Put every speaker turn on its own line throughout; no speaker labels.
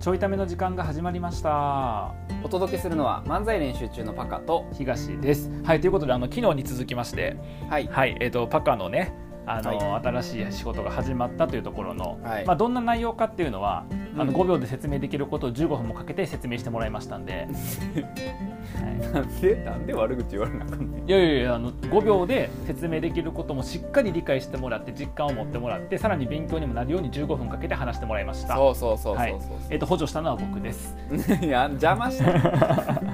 ちょいための時間が始まりました
お届けするのは漫才練習中のパカと
東ですはいということであの昨日に続きまして
はい
はいえっ、とパカのねあの、
は
新しい仕事が始まったというところの、
はい
まあ、どんな内容かっていうのは、あ
う
の
ん
5秒で説明できることを15分もかけて説明してもらいましたんで、はい、
なんでなんで悪口言われなあかんねん
いやいやいやあの5秒で説明できることもしっかり理解してもらって実感を持ってもらってさらに勉強にもなるように15分かけて話してもらいました
そうそうそうそうそう、
はいえっと補助したのは僕です
い や邪魔した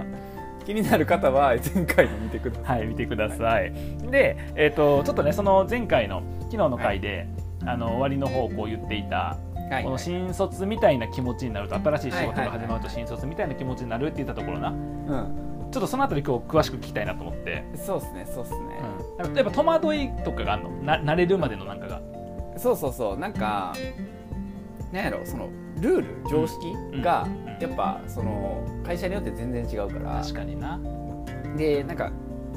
気になる方は前回の見てください
はい見てくださいでえっとちょっとねその前回の昨日の回で、あの終わりの方向言っていた
はい
こ
は
の
い
新卒みたいな気持ちになると新しい仕事
はい
が
はいは
始
い
まると新卒みたいな気持ちになるって言ったところなちょ
うん
っとそのあたり今日詳しく聞きたいなと思って、
そうですねそうですね、
うん、やっぱ戸惑いとかがあるのな慣れるまでのなんかが
そうそうそうなんかなんやろそのルール常識
ん
が
うん
やっぱその会社によって全然違うから
確かにな
でなんか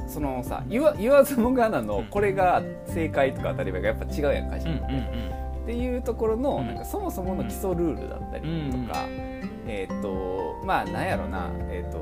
そのさ言わ言わずもがな
う
の
ん
これが正解とか当たり前がやっぱ違うやん会社
うんう
によって、
ん
っていうところの、
うん
なんかそもそもの基礎ルールだったりとか、えっ、とまあなんやろなえっ、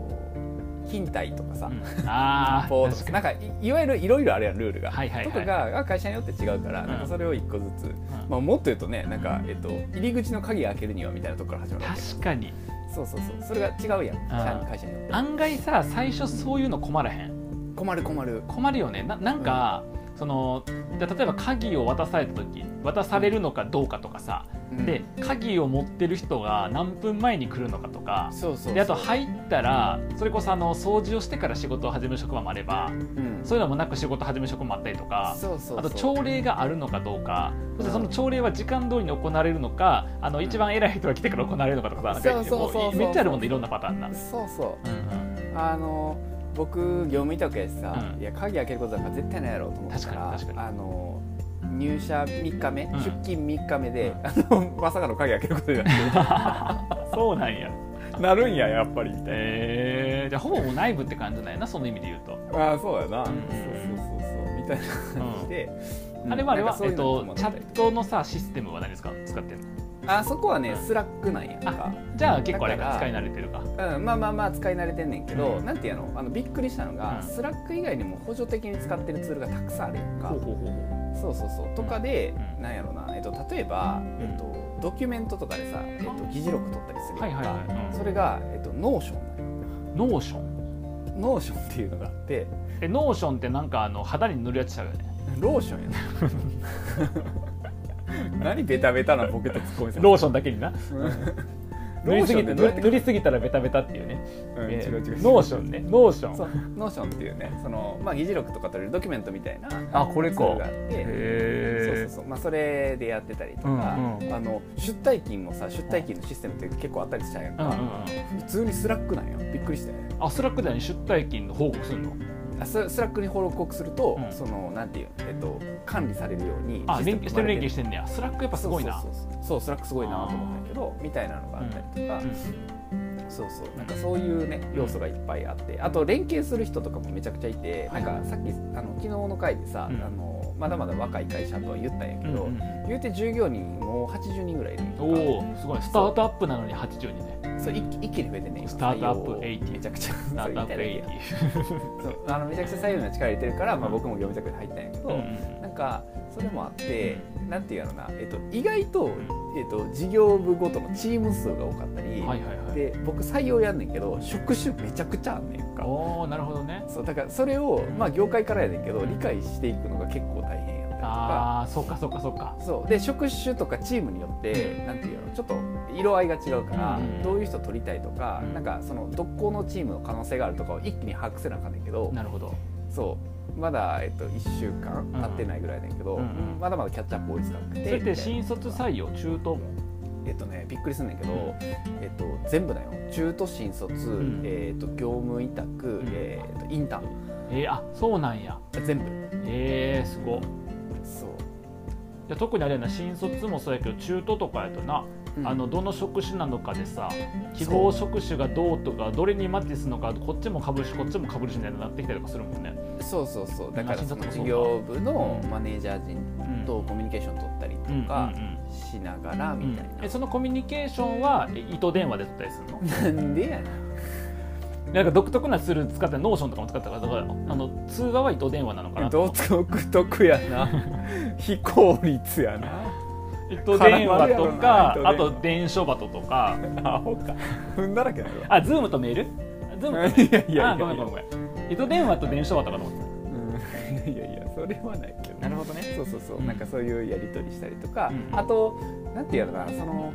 と勤怠とかさ、
うん ああ
こうなんかいいわゆるいろいろあるやんルールが、
はいはいはい
とかがが会社によって違うから、
うん
なんかそれを一個ずつ、
うん
まあ、もっと言うとねなんか、えっと入り口の鍵開けるにはみたいなところから始まるわけ
確かに
そうそうそうそれが違うやん
あー
会社によって
案外さ最初そういうの困らへん
困る困る
困るよねななんか、そのじゃあ例えば鍵を渡された時渡されるのかどうかとかさ、
うん
で鍵を持ってる人が何分前に来るのかとか
そうそうそう
であと入ったらそれこそあの掃除をしてから仕事を始める職場もあれば
うん
そういうのもなく仕事を始める職場もあったりとか
そうそうそう
あと朝礼があるのかどうかそして
うん
その朝礼は時間通りに行われるのかあの一番偉い人が来てから行われるのかとかさなんか
そうそうそうそ
も
う
うめっちゃあるもんでいろんなパターンな。
そうそ
うんうん
うあの僕業務委託やしさ、
うん
いや鍵開けることなんか絶対ないやろうと思ったから
確かに確かに
あの入社3日目、
ん
出勤3日目で、
うん
あのまさかの鍵開けることになって
そうなんや。
るなるんややっぱりみたい
えー、じゃあほぼもう内部って感じなんやなその意味で言うと。
なああそうやな、
ん
そうそうそうそうみたいな感じで、うん
あれはあれ
なん
は
かそう
え
い
っ
うのも
と
思っ
チ
た
ャ
り
ットのさシステムは何ですか使ってんの？
あそこはね
うん
スラックなんやんか
じゃあ結構あれ
だ
か
から
使い慣れてるか。
うん、まあまあまあ使い慣れてんねんけど、
うん
なんていうのあのびっくりしたのが、
うん
スラック以外にも補助的に使ってるツールがたくさんあるやんか、
ほうほうほうほ
そうそうそうとかで、
うん
なんやろな、えっと、例えば、
ん
えっと、ドキュメントとかでさ、えっと、議事録取ったりする
はい
やん
はいはい
か
うん
それが、えっと、ノーションなんよ
う。ノーション。
ノーションっていうのがあって
えノーションってなんかあの肌に塗るやつちゃうよね。
ローションやな 何ベタベタなポケット突っ込みさ
ローションだけにな。
ロ
塗
ー
り
シ
す
ョン
ぎ
って
て
どうやって
塗りすぎたらベタベタっていうね。
うん
えー
違う違う違う
ノーションね。ノーショ
そ
ン。
うノーションっていうねその、まあ、議事録とか取れるドキュメントみたいな
あこれ
ツール
か
があ。って。そうそう
へ
そう、まあ、それでやってたりとか、
うんうん
あの出退勤もさ出退勤のシステムって結構あったりしたやん
え。う
か、
んうんうん。
普通にスラックなんよびっくりして
あスラックで出退勤の報告するの？
あススラックに報告すると、
うん
そのなんていう、えっと、管理されるように
あ連携
シ
し
ス
て
テム組ま
る
れ
連携してんねや。スラックやっぱすごいな
そう。そうそうそうスラックすごいなと思ったんやけどみたいなのがあったりとか、そうそうなんかそういうね要素がいっぱいあってあと連携する人とかもめちゃくちゃいて、
はい
なんかさっきあの昨日の回でさ、
うん
あのまだまだ若い会社とは言ったんやけ
うんうん
ど、言うて従業人もう80人ぐらいいるんやんか
おおすごいスタートアップなのに80人ね
そう一気一気に増えてね今
スタートアップ
採用を
80
めちゃくちゃ
スタートアップ
そう言いたいだけや
80
そうあのめちゃくちゃ採用の力入れてるから、まあ、僕も業務委託で入ったんやけど、
うん
なんかそれもあってなんていうのな、えっと、意外と,、えっと事業部ごとのチーム数が多かったり、
はいはいはい
で僕採用やんねんけど職種めちゃくちゃあんねんか
おおなるほどね
そうだからそれを、まあ、業界からやねんけど理解していくのが結構大変やったりとか。
ああそっかそっかそっか
そうで職種とかチームによってなんていうのちょっと色合いが違うから、
うん
どういう人取りたいとか、
うん
なんかそのどこのチームの可能性があるとかを一気に把握せなあかんねんけど
なるほど
そうまだ、えっと、1週間
うん
経ってないぐらいだけど、
うんうん
まだまだキャッチアップ追いつかなく
そ
て
れっ
みたい
て
な
新卒採用中途も
えっとねびっくりすんねんけど、
うん
えっと、全部だよ中途新卒、
ん
えっと、業務委託、
ん
えっと、インターン
えー、あそうなんや
全部
えー、すごい
そう、
や特にあれやな新卒もそうやけど中途とかやとな、
うん
あのどの職種なのかでさ希望職種がどうとかどれにマッチするのかこっちもかぶるしこっちもかぶるしみたいになってきたりとかするもんね
そうそうそうだから
新卒もそ
その
うか
事業部のマネージャー陣
うん
とコミュニケーション取ったりとかしながらみたいな、
えそのコミュニケーションはえ糸電話で取ったりするの
なんでやねん
なんか独特なツール使ってノーションとかも使ったからだからあの通話は糸電話なのかなと思っ
独
て
特や な非効率やな
糸電話とか
絡ま
あ
るやろな糸電話
と電書バトとか
アホか踏んだらけだよ
あズームとメールズームとメール
い やいやいや
あごめんごめんごめん糸電話と電書バトかと思って
うんいやいやそれはないけど
たなるほどね
そうそうそう、
うん
なんかそういうやり取りしたりとか、
うん
あとなんていうのかなその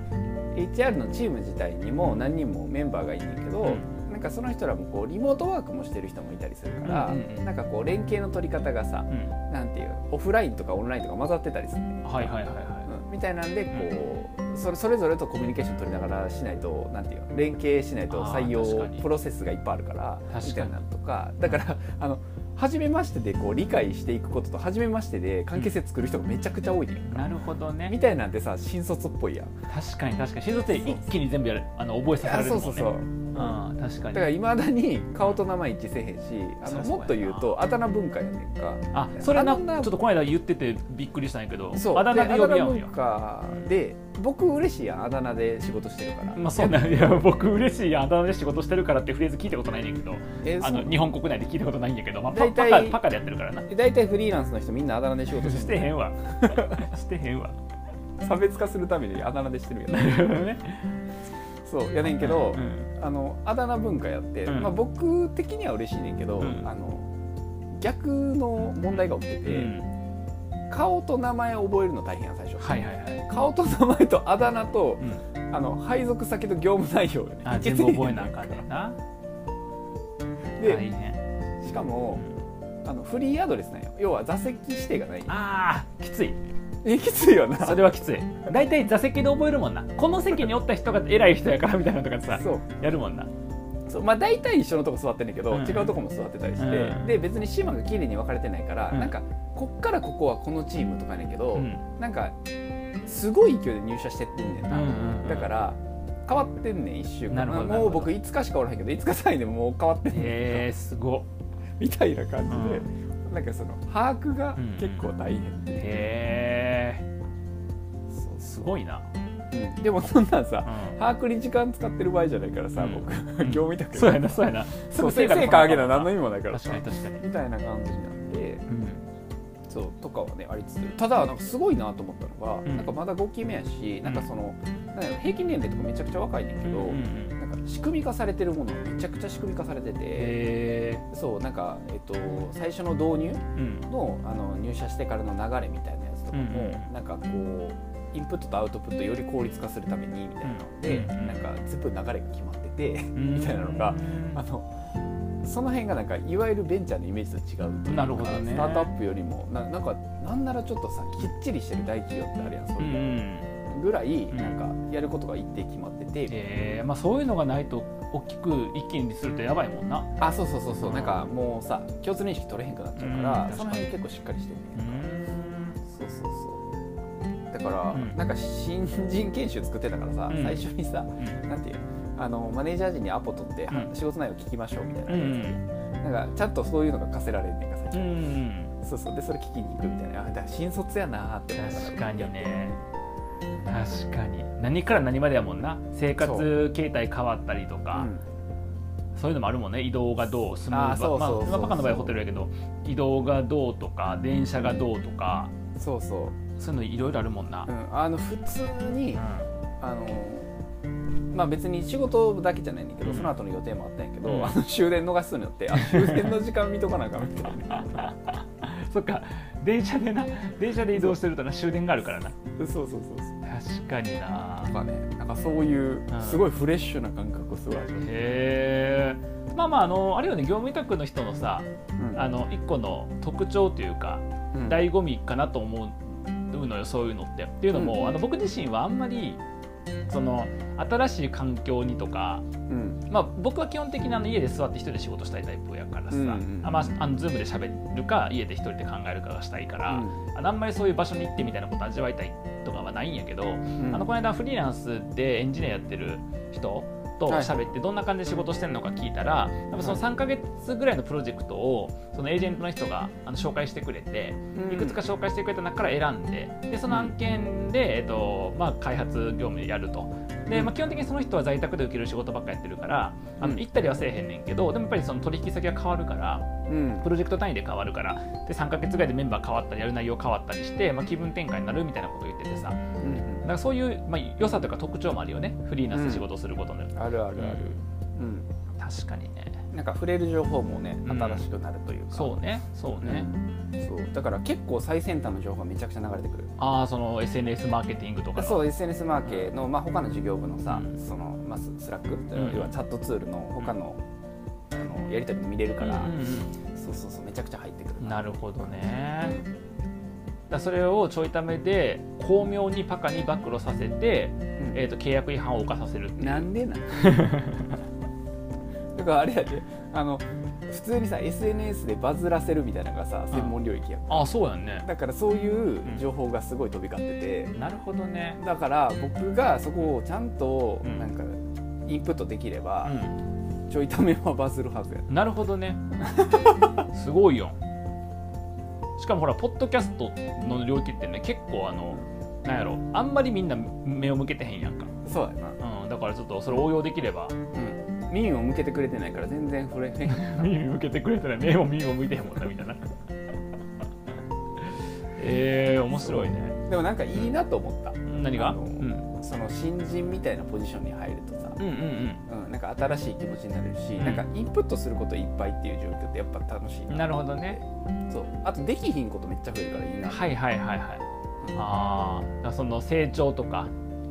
HR のチーム自体にも何人もメンバーがいるんだけど、
うん
なんかその人らもこうリモートワークもしてる人もいたりするから、
うんうんうん
なんかこう連携の取り方がさ、
うん
なんていうオフラインとかオンラインとか混ざってたりする、
はいはいはいは
うんみたいなんでこう、それそれぞれとコミュニケーション取りながらしないとなんていうの連携しないと
あー
採用
確かに
プロセスがいっぱいあるから
確かに
みたいなのとかだからあの初めましてでこう理解していくことと初めましてで関係性作る人がめちゃくちゃ多いね、
いなるほど
み
ね
たいなんでさ新卒っぽいやん
確かに確かに新卒って一気に全部やるあの覚えさせら
あ
れる
そ
もん
う
ね
そうそう
うん確か
だ
に
からいまだに顔と名前一致せへんしあ
そり
の
ゃそうやな
もっと言うとあだ名文化やねんか
あそれ
あ
な
だ
ち
名
ょっとこの間言っててびっくりしたんやけど
そう
あだ名で呼び合うん
で
よ
あだ名文化で僕嬉しいやんあだ名で仕事してるから
まあそうなんいや僕嬉しいやんあだ名で仕事してるからってフレーズ聞いたことないねんけど
え
あ
そう
の日本国内で聞いたことないんやけど、まあ、パ
大
パ
体
カパカでやってるからな
大体フリーランスの人みんなあだ名で仕事し
しててへ
る
ん わしてへんわ
差別化するためにあだ名でしてるやん
なるほどね
そうやねんけど、
うん
あのあだ名文化やって、
うん
まあ、僕的には嬉しいねんけど、
うん
あの逆の問題が起きて
う
て、
ん
顔と名前を覚えるの大変やん最初、
はいはいはい、
顔と名前とあだ名と
う、ん、
あの配属先と業務内容がね
あ
いけ
全部
てへん
覚えなあかんねんな
で、
大変
しかもあのフリーアドレスなんよ要は座席指定がない
あーきつい
えきついよな
それはきつい大体座席で覚えるもんなこの席におった人が偉い人やからみたいなのとかさ
そう
やるもんな
そうまあ大体一緒のとこ座ってんねんけど、
うん
違うとこも座ってたりして、
うん
で別に島が綺麗に分かれてないから、
うん
なんかこっからここはこのチームとかやねんけど、
うん
なんかすごい勢いで入社してってんねんな、
うんうんうん
だから変わってんねん1週
な
間
るほどなる
も
ほ
う
ど
僕5日しかおらへんけど5日単位でももう変わってんねん、
えー、すごっ
みたいな感じで、
う
なんかその把握が結構大変、
へえ
そう
すごいな、
うんでもそんなんさ、
う
把握に時間使ってる場合じゃないからさ、
うん
僕
ん
業務委託
そうやなそうやな
すぐ
成
成
果
果
とかも
上
ある
げ
からな
な何の意味もないから
確かに確かに、
みたいな感じになって
うん、
そうとかはねありつつただなんかすごいなと思ったの
う
が、
ん
なんかまだ5期目やし、なんかそのなんやろ平均年齢とかめちゃくちゃ若いねんけど、
うんうんうん
なんか仕組み化されてるものめちゃくちゃ仕組み化されてて
へ
そうなんか、えっと、最初の導入
えうん
のあの入社してからの流れみたいなやつとかも、
うんうん
なんかこうインプットとアウトプットより効率化するためにみたいなので、
うん
なんか全部流れが決まってて
み
みたいなのがあ
あ
のその辺がなんかいわゆるベンチャーのイメージと違うというか
なるほどね
スタートアップよりもななんかなんならちょっとさきっちりしてる大企業ってあるやんそううん
う
いうんぐらい
ん
なんかやることが一定決まってて、
えーまあ、そういうのがないと大きく一気にするとやばいもんな
あそうそうそうそう、
うん
なんかもうさ共通認識取れへんくなっちゃうか
うん
ら、
確かに
その辺結構しっかりしてるね、そうそうそうだから、
うん
なんか新人研修作ってたからさ、
うん
最初にさ
うん
なんていうあのマネージャー陣にアポ取って、
うん
仕事内容聞きましょうみたいな
う
やつ、
ん
なんかちゃんとそういうのが課せられんねんか
う
最初、
ん
そうそうでそれ聞きに行くみたいなあだから新卒やなーって思いながら
確かにね確かに何から何までやもんな生活形態変わったりと
う
か、
ん
そういうのもあるもんね移動がどうスムー
あ
ズ
そう
まあ
そうそうそう
まあパカの場合はホテルやけど移動がどうとか電車がどうとか
そうそう、
そういうのいろいろあるもんな
う、ん、あの普通に、
う
あのまあ別に仕事だけじゃないねんけど、
うん
その後の予定もあったんやけど、
うん
あの終電逃しそうになってあ終電の時間見とかなあかんみたいな
ん、そっか電車でな電車で移動してるとな終電があるからな
そうそうそうそう
確かにな
とかねなんかそういう
うん
すごいフレッシュな感覚をすごい味わう
へえまあまああのあれよね業務委託の人のさあの一個の特徴というか
うん
醍醐味かなと思うのよそういうのって。っていうのも、
うん
あの僕自身はあんまりその新しい環境にとか、
うん
まあ、僕は基本的にあの家で座って一人で仕事したいタイプやからさ、
うんうん
あまあ、あの Zoom で喋るか家で一人で考えるかがしたいから、あのあんまりそういう場所に行ってみたいなこと味わいたいとかはないんやけど、
うん
あのこの間フリーランスでエンジニアやってる人と喋ってどんな感じで仕事してるのか聞いたら、やっぱその3か月ぐらいのプロジェクトをそのエージェントの人があの紹介してくれて、いくつか紹介してくれた中から選んででその案件で、えっとまあ、開発業務やると。でまあ、基本的にその人は在宅で受ける仕事ばっかやってるからあの行ったりはせえへんねんけどでもやっぱりその取引先が変わるからプロジェクト単位で変わるからで3か月ぐらいでメンバー変わったりやる内容変わったりして、まあ、気分転換になるみたいなこと言っててさだからそういう、まあ、良さというか特徴もあるよねフリーランスで仕事をすることの、
あるあるある、うん
確かにね
なんか触れる情報もね
うん
新しくなるというか、
そうねそうね、
そうだから結構最先端の情報がめちゃくちゃ流れてくる
ああその SNS マーケティングとか
そうう SNS マーケの、まあ、他の事業部のさ、
うん
そのまあ、ススラック、
ん
要はチャットツールの他の,、あのやり取りも見れる
だ
から、そうそうそうめちゃくちゃ入ってくる
なるほどねだからそれをちょいためで巧妙にパカに暴露させて、
うん
えー、と契約違反を犯させるっていう
なんでなん だからあれやであの普通にさ SNS でバズらせるみたいなのがさ専門領域やん、
ああそうやんね
だからそういう情報がすごい飛び交ってて、
なるほどね
だから僕がそこをちゃんと
うん
なんかインプットできれば、
う
ちょいためはバズるはずや
んなるほど ねすごいよしかもほらポッドキャストの領域ってね結構あのなんやろあんまりみんな目を向けてへんやんか、
そうやな
うん、だからちょっとそれ応用でき れば
うん、民を向けてくれてないから全然触れへん
耳向けてくれたら目も耳も向いてへんもんなみたい なえー、面白いね
でもなんかいいなと思った
何が
あ
う
の
ん
その新人みたいなポジションに入るとさ
う、んうん
うん、なんか新しい気持ちになれるし、
うん
なんかインプットすることいっぱいっていう状況ってやっぱ楽しい
うんなるほどね
そうあとできひんことめっちゃ増えるからいいな、
はいはいはいはいああだからその成長とか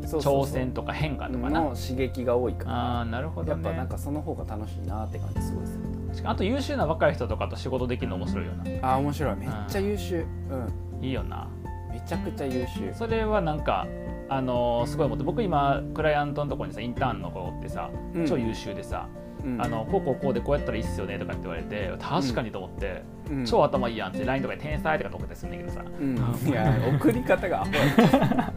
そうそう
挑
そう
戦とか変化とかな
の刺激が多いから
ああーなるほど、
や
ね、
っぱなんかその方が楽しいなって感じすごいする
確かにあと優秀な若い人とかと仕事できるの面白いよな
あー面白いめっちゃ優秀うん
いいよな
めちゃくちゃ優秀
それはなんかあのーすごい思って僕今クライアントのとこにさインターンの子おってさ
うん
超優秀でさ、
うん
あのこうこうこうでこうやったらいいっすよねとかって言われて確かにと思って、
うん
超頭いいやんって LINE とかで天才とかと送ったりするんだけどさ
うんいや送り方がアホやな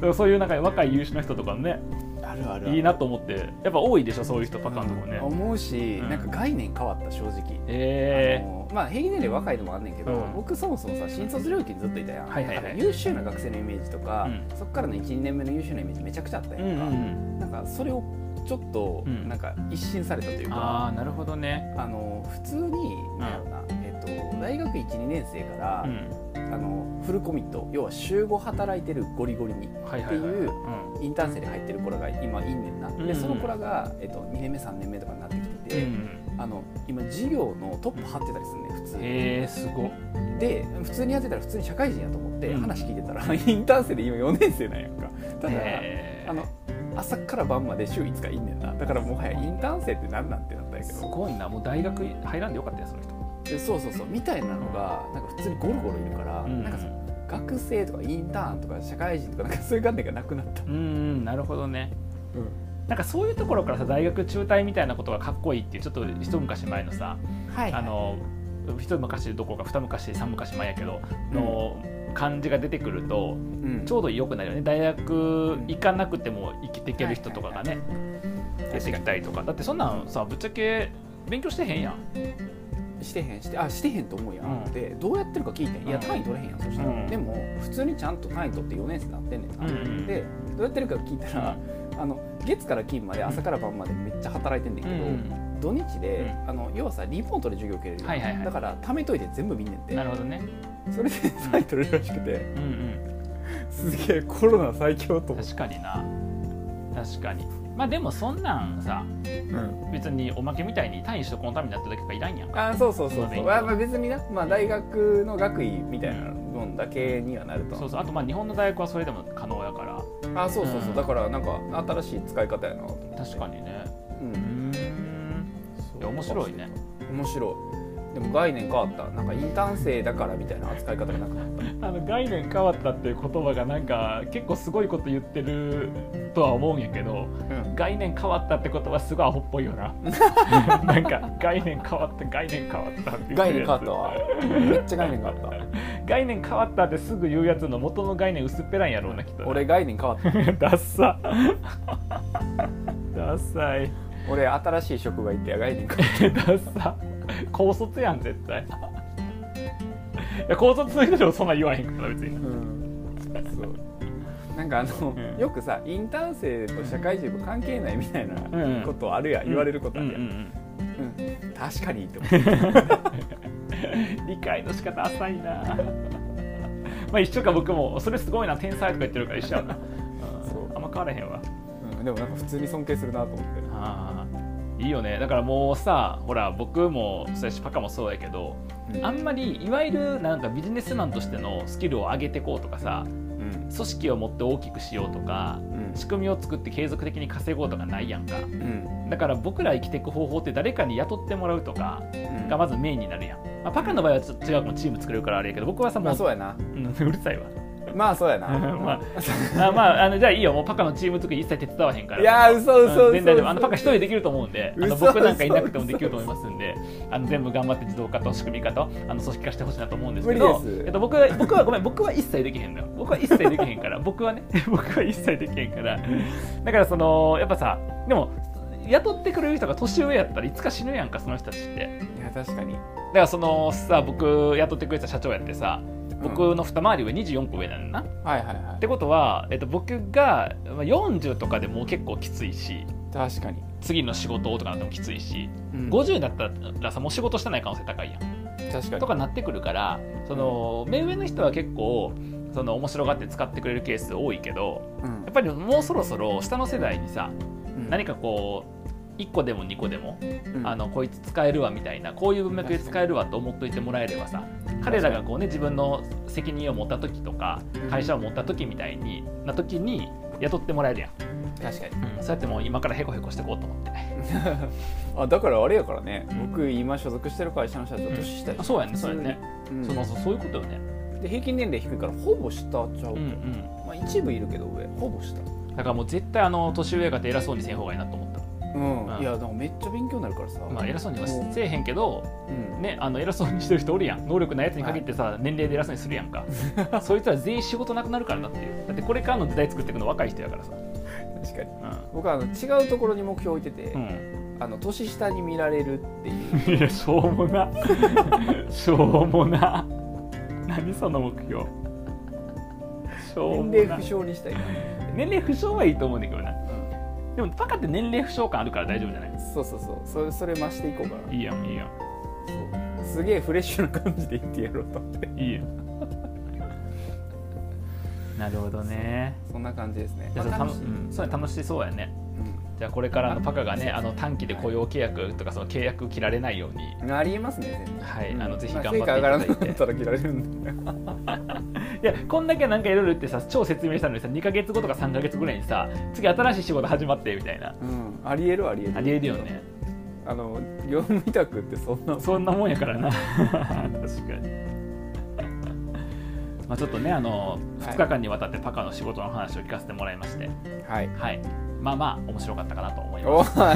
でもそういうなんか若い優秀な人とかね
あるあるある
いいなと思ってやっぱ多いでしょそういう人パカンとかね、
うん思うし、
うん
なんか概念変わった正直、あ
え
のまあ平均年齢若いのもあんねんけど、
うん
僕そもそもさ新卒領域にずっといたやん、
はいはいはい
だから優秀な学生のイメージとか、
う
そっからの12年目の優秀なイメージめちゃくちゃあったや
ーうんんう
か、
ん、
なんかそれをちょっと
うん
なんか一新されたというか、
ああなるほどね
あの普通になんやろな、えっと大学12年生から、
うん
あのフルコミット要は週5働いてるゴリゴリに
はいはいはい
っていう
うん
インターン生で入ってる子らが今いんねんな、
うんう
で
ん
その子らが、えっと、2年目3年目とかになってきてて、
うん
あの今事業のトップ張ってたりするね普通に
へえすごっ
で普通にやってたら普通に社会人やと思って
うん
話聞いてたら、 インターン生で今4年生なんやんかただ、
へー
あの朝から晩まで週5日いんねんなだからもはやインターン生って何なんてなったんやけ
す
ど
ごいなもう大学入らんでよかったやその人
でそうそうそうみたいなのがなんか普通にゴロゴロいるから、
うん
なんかその学生とかインターンとか社会人とかなんかそういう観念がなくなった、
うんうんなるほどねなんかそういうところからさ大学中退みたいなことがかっこいいっていうちょっと一昔前のさ
はい
あの一昔どころか二昔三昔前やけどの感じが出てくると
うん
ちょうど良くなるよね大学行かなくても生きていける人とかがね出てきたりとかだってそんなんさぶっちゃけ勉強してへんやん
してへんしてあしてへんと思うやん、
うん
でどうやってるか聞いてんいや
うん
単位取れへんやんそしたら、
うん
でも普通にちゃんと単位取って4年生になってんねんな、
うんうん
でどうやってるか聞いたら、あの月から金まで朝から晩までめっちゃ働 いてんねんけど、土日で、あの要はさリモートで授業受けれるやん、
はいはいはい
だから貯めといて全部見んねん
な
て
るほどね
それで単位取れるらしくて
うんうん
すげえコロナ最強と思って、
確かにな確かにまあでもそんなんさ別におまけみたいに単位取得のためになっただけがいらんやんか
あそうそうそう
そう
そ
ね
う、まあ、まあ別にな、まあ、大学の学位みたいなもんだけにはなるとは
そうそうあとまあ日本の大学はそれでも可能やから
あそうそうそう、
うん
だからなんか新しい使い方やなと思って
確かにね
う
うんんいや面白いね
面白いでも概念変わったなんかインターン生だからみたいな扱い方がなくなった
あの概念変わったっていう言葉がなんか結構すごいこと言ってる とは思うんやけど概念変わったって言葉すごいアホっぽいよ ななんか概念変わった概念変わったって言ってるやつ
概念変わったわめっちゃ概念変わった
概念変わったってすぐ言うやつの元の概念薄っぺらいんやろうな きっとな
俺概念変わった
ダッサダサい
俺新しい職場行って概念変わっ
ダッサ高卒やん絶対 いや高卒の人でもそんな言わへんから別に
た、そうなんかあの、
うん
よくさインターン生と社会人も関係ないみたい
うん
なことあるや、ん、言われることあるやん、
うんうん
うん確かにって思って
うん 理解の仕方浅いな まあ一緒か僕もそれすごいな天才とか言ってるから一緒やな
そう
あんま変わらへんわ
うん、でもなんか普通に尊敬するなと思って
あーいいよねだからもうさほら僕もそうやしパカもそうやけど
うん
あんまりいわゆるなんかビジネスマンとしてのスキルを上げてこうとかさ
うん
組織を持って大きくしようとか
うん
仕組みを作って継続的に稼ごうとかないやんか
うん
だから僕ら生きていく方法って誰かに雇ってもらうとか
うん
がまずメインになるやん、まあ、パカの場合はちょっと違うかもチーム作れるからあれやけど僕はさも
ま
う,、
あそうやな
うん、 うるさいわ
まあそうやな
まああまああのじゃあいいよもうパカのチーム作り一切手伝わへんから
いやー嘘嘘嘘
全体でも
嘘
あのパカ一人できると思うんであの
嘘
僕なんかいなくてもできると思いますんであの全部頑張って自動化と仕組み化とあの組織化してほしいなと思うんですけど
無理です
えっと、僕は僕はごめん僕は一切できへんのよ僕は一切できへんから 僕はね僕は一切できへんからだからそのやっぱさでも雇ってくれる人が年上やったらいつか死ぬやんかその人たちって。
いや確かに
だからそのさ僕雇ってくれた社長やってさ僕の二回り上24個上なんだな、っ
はいはいはい
てことは、えっと、僕がまあ40とかでもう結構きついし
確かに、
次の仕事とかなってもきついし、
うん
50になったらさもう仕事してない可能性高いやん
確かに
とかなってくるからその目上の人は結構その面白がって使ってくれるケース多いけど
うん
やっぱりもうそろそろ下の世代にさ
うん
何かこう1個でも2個でも
うん
あのこいつ使えるわみたいなこういう文脈で使えるわと思っといてもらえればさ彼らがこうね自分の責任を持った時とか
うん
会社を持った時みたいにな時に雇ってもらえるやん、
確かに
そうやってもう今からへこへこしていこうと思って
あだからあれやからね
うん
僕今所属してる会社の社長年下や
あ
し
そうやねそうやね、
うん
そうそうそういうことよね
で平均年齢低いからほぼ下ちゃうか、
うんうん
まあ、一部いるけど上ほぼ下
だからもう絶対あの年上がて偉そうにせん方がいいなと思った
うん、
うん
いやでもめっちゃ勉強になるからさ、
まあ偉そうには
も
せえへんけど
ううん
ねあの偉そうにしてる人おるやん能力ないやつに限ってさ年齢で偉そうにするや んかそいつら全員仕事なくなるからだっていうだってこれからの時代作っていくの若い人やからさ
確かに
うん
僕はあの違うところに目標を置いてて、
うん、
あの年下に見られるっていう
いやしょうもな しょうもな何その目標しょうも
年
な
齢不詳にしたいな、
年齢不詳はいいと思うんだけどなでもパカって年齢不詳感あるから大丈夫じゃない
そうそうそうそれそれ増していこうか
いいやんいいやん
なそうすげえフレッシュな感じで言ってやろうと思って
いいやんなるほどね
そんな感じですね
じゃあそ
ま
う
あ
たの
楽
う
しい
んそうね楽しそうやね
う
じゃあこれからのパカがねあの短期で雇用契約とかその契約切られないように
んありえますね全然
はい
うん
あのぜひ
ま
頑張っ
あ
てい
成果上
た
が
だ
ら
い
な
て
かったら切られるんで
いやこんだけなんかいろいろ言ってさ超説明したのにさ2か月後とか3か月ぐらいにさ次新しい仕事始まってみたいな
うんありえるありえる
ありえるよね
あの業務委託ってそんな
そんなもんやからな 確かに まあちょっとねあの
はい
2日間にわたってパカの仕事の話を聞かせてもらいまして
はい
はいまあまあ面白かったかなと思います
おい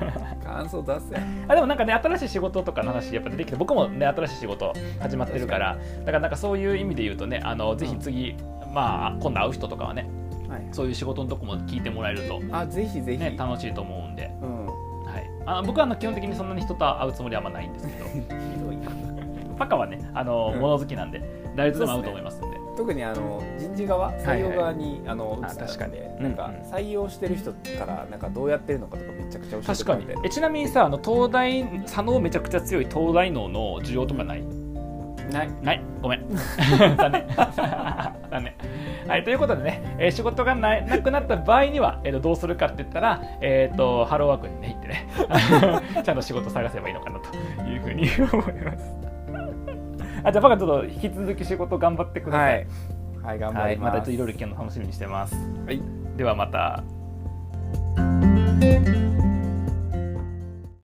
感想出せ
あでもなんかね新しい仕事とかの話やっぱ出てきて僕もね新しい仕事始まってるからだからなんかそういう意味で言うとねあのぜひ次、まあ今度会う人とかはね
はい
そういう仕事のとこも聞いてもらえると
あぜひぜひ、
ね、楽しいと思うんで、
うん
はい、あの僕はあの基本的にそんなに人と会うつもりはあんまないんですけどパカはねあの、
うん
物好きなんで誰とでも会うと思いますんで
特にあの人事側採用側に、あの
あ
移ったんで
確かに
なんか
うんうん
採用してる人からなんかどうやってるのかとかめちゃくちゃ教えて
確
くれ
か
て
にえちなみにさあの東大佐能めちゃくちゃ強い東大脳の需要とかない
ない
ないごめん 残念 残念はいということでね、えー仕事がないなくなった場合には、えーとどうするかって言ったら、えー、とハローワークにね行って ねちゃんと仕事探せばいいのかなというふうに思いますあじゃあバカちょっと引き続き仕事頑張ってくださ
はいい、はい、頑
は
張
い
り
ま
ます、
たいろいろ聞くの楽しみにしてます
はい
ではまた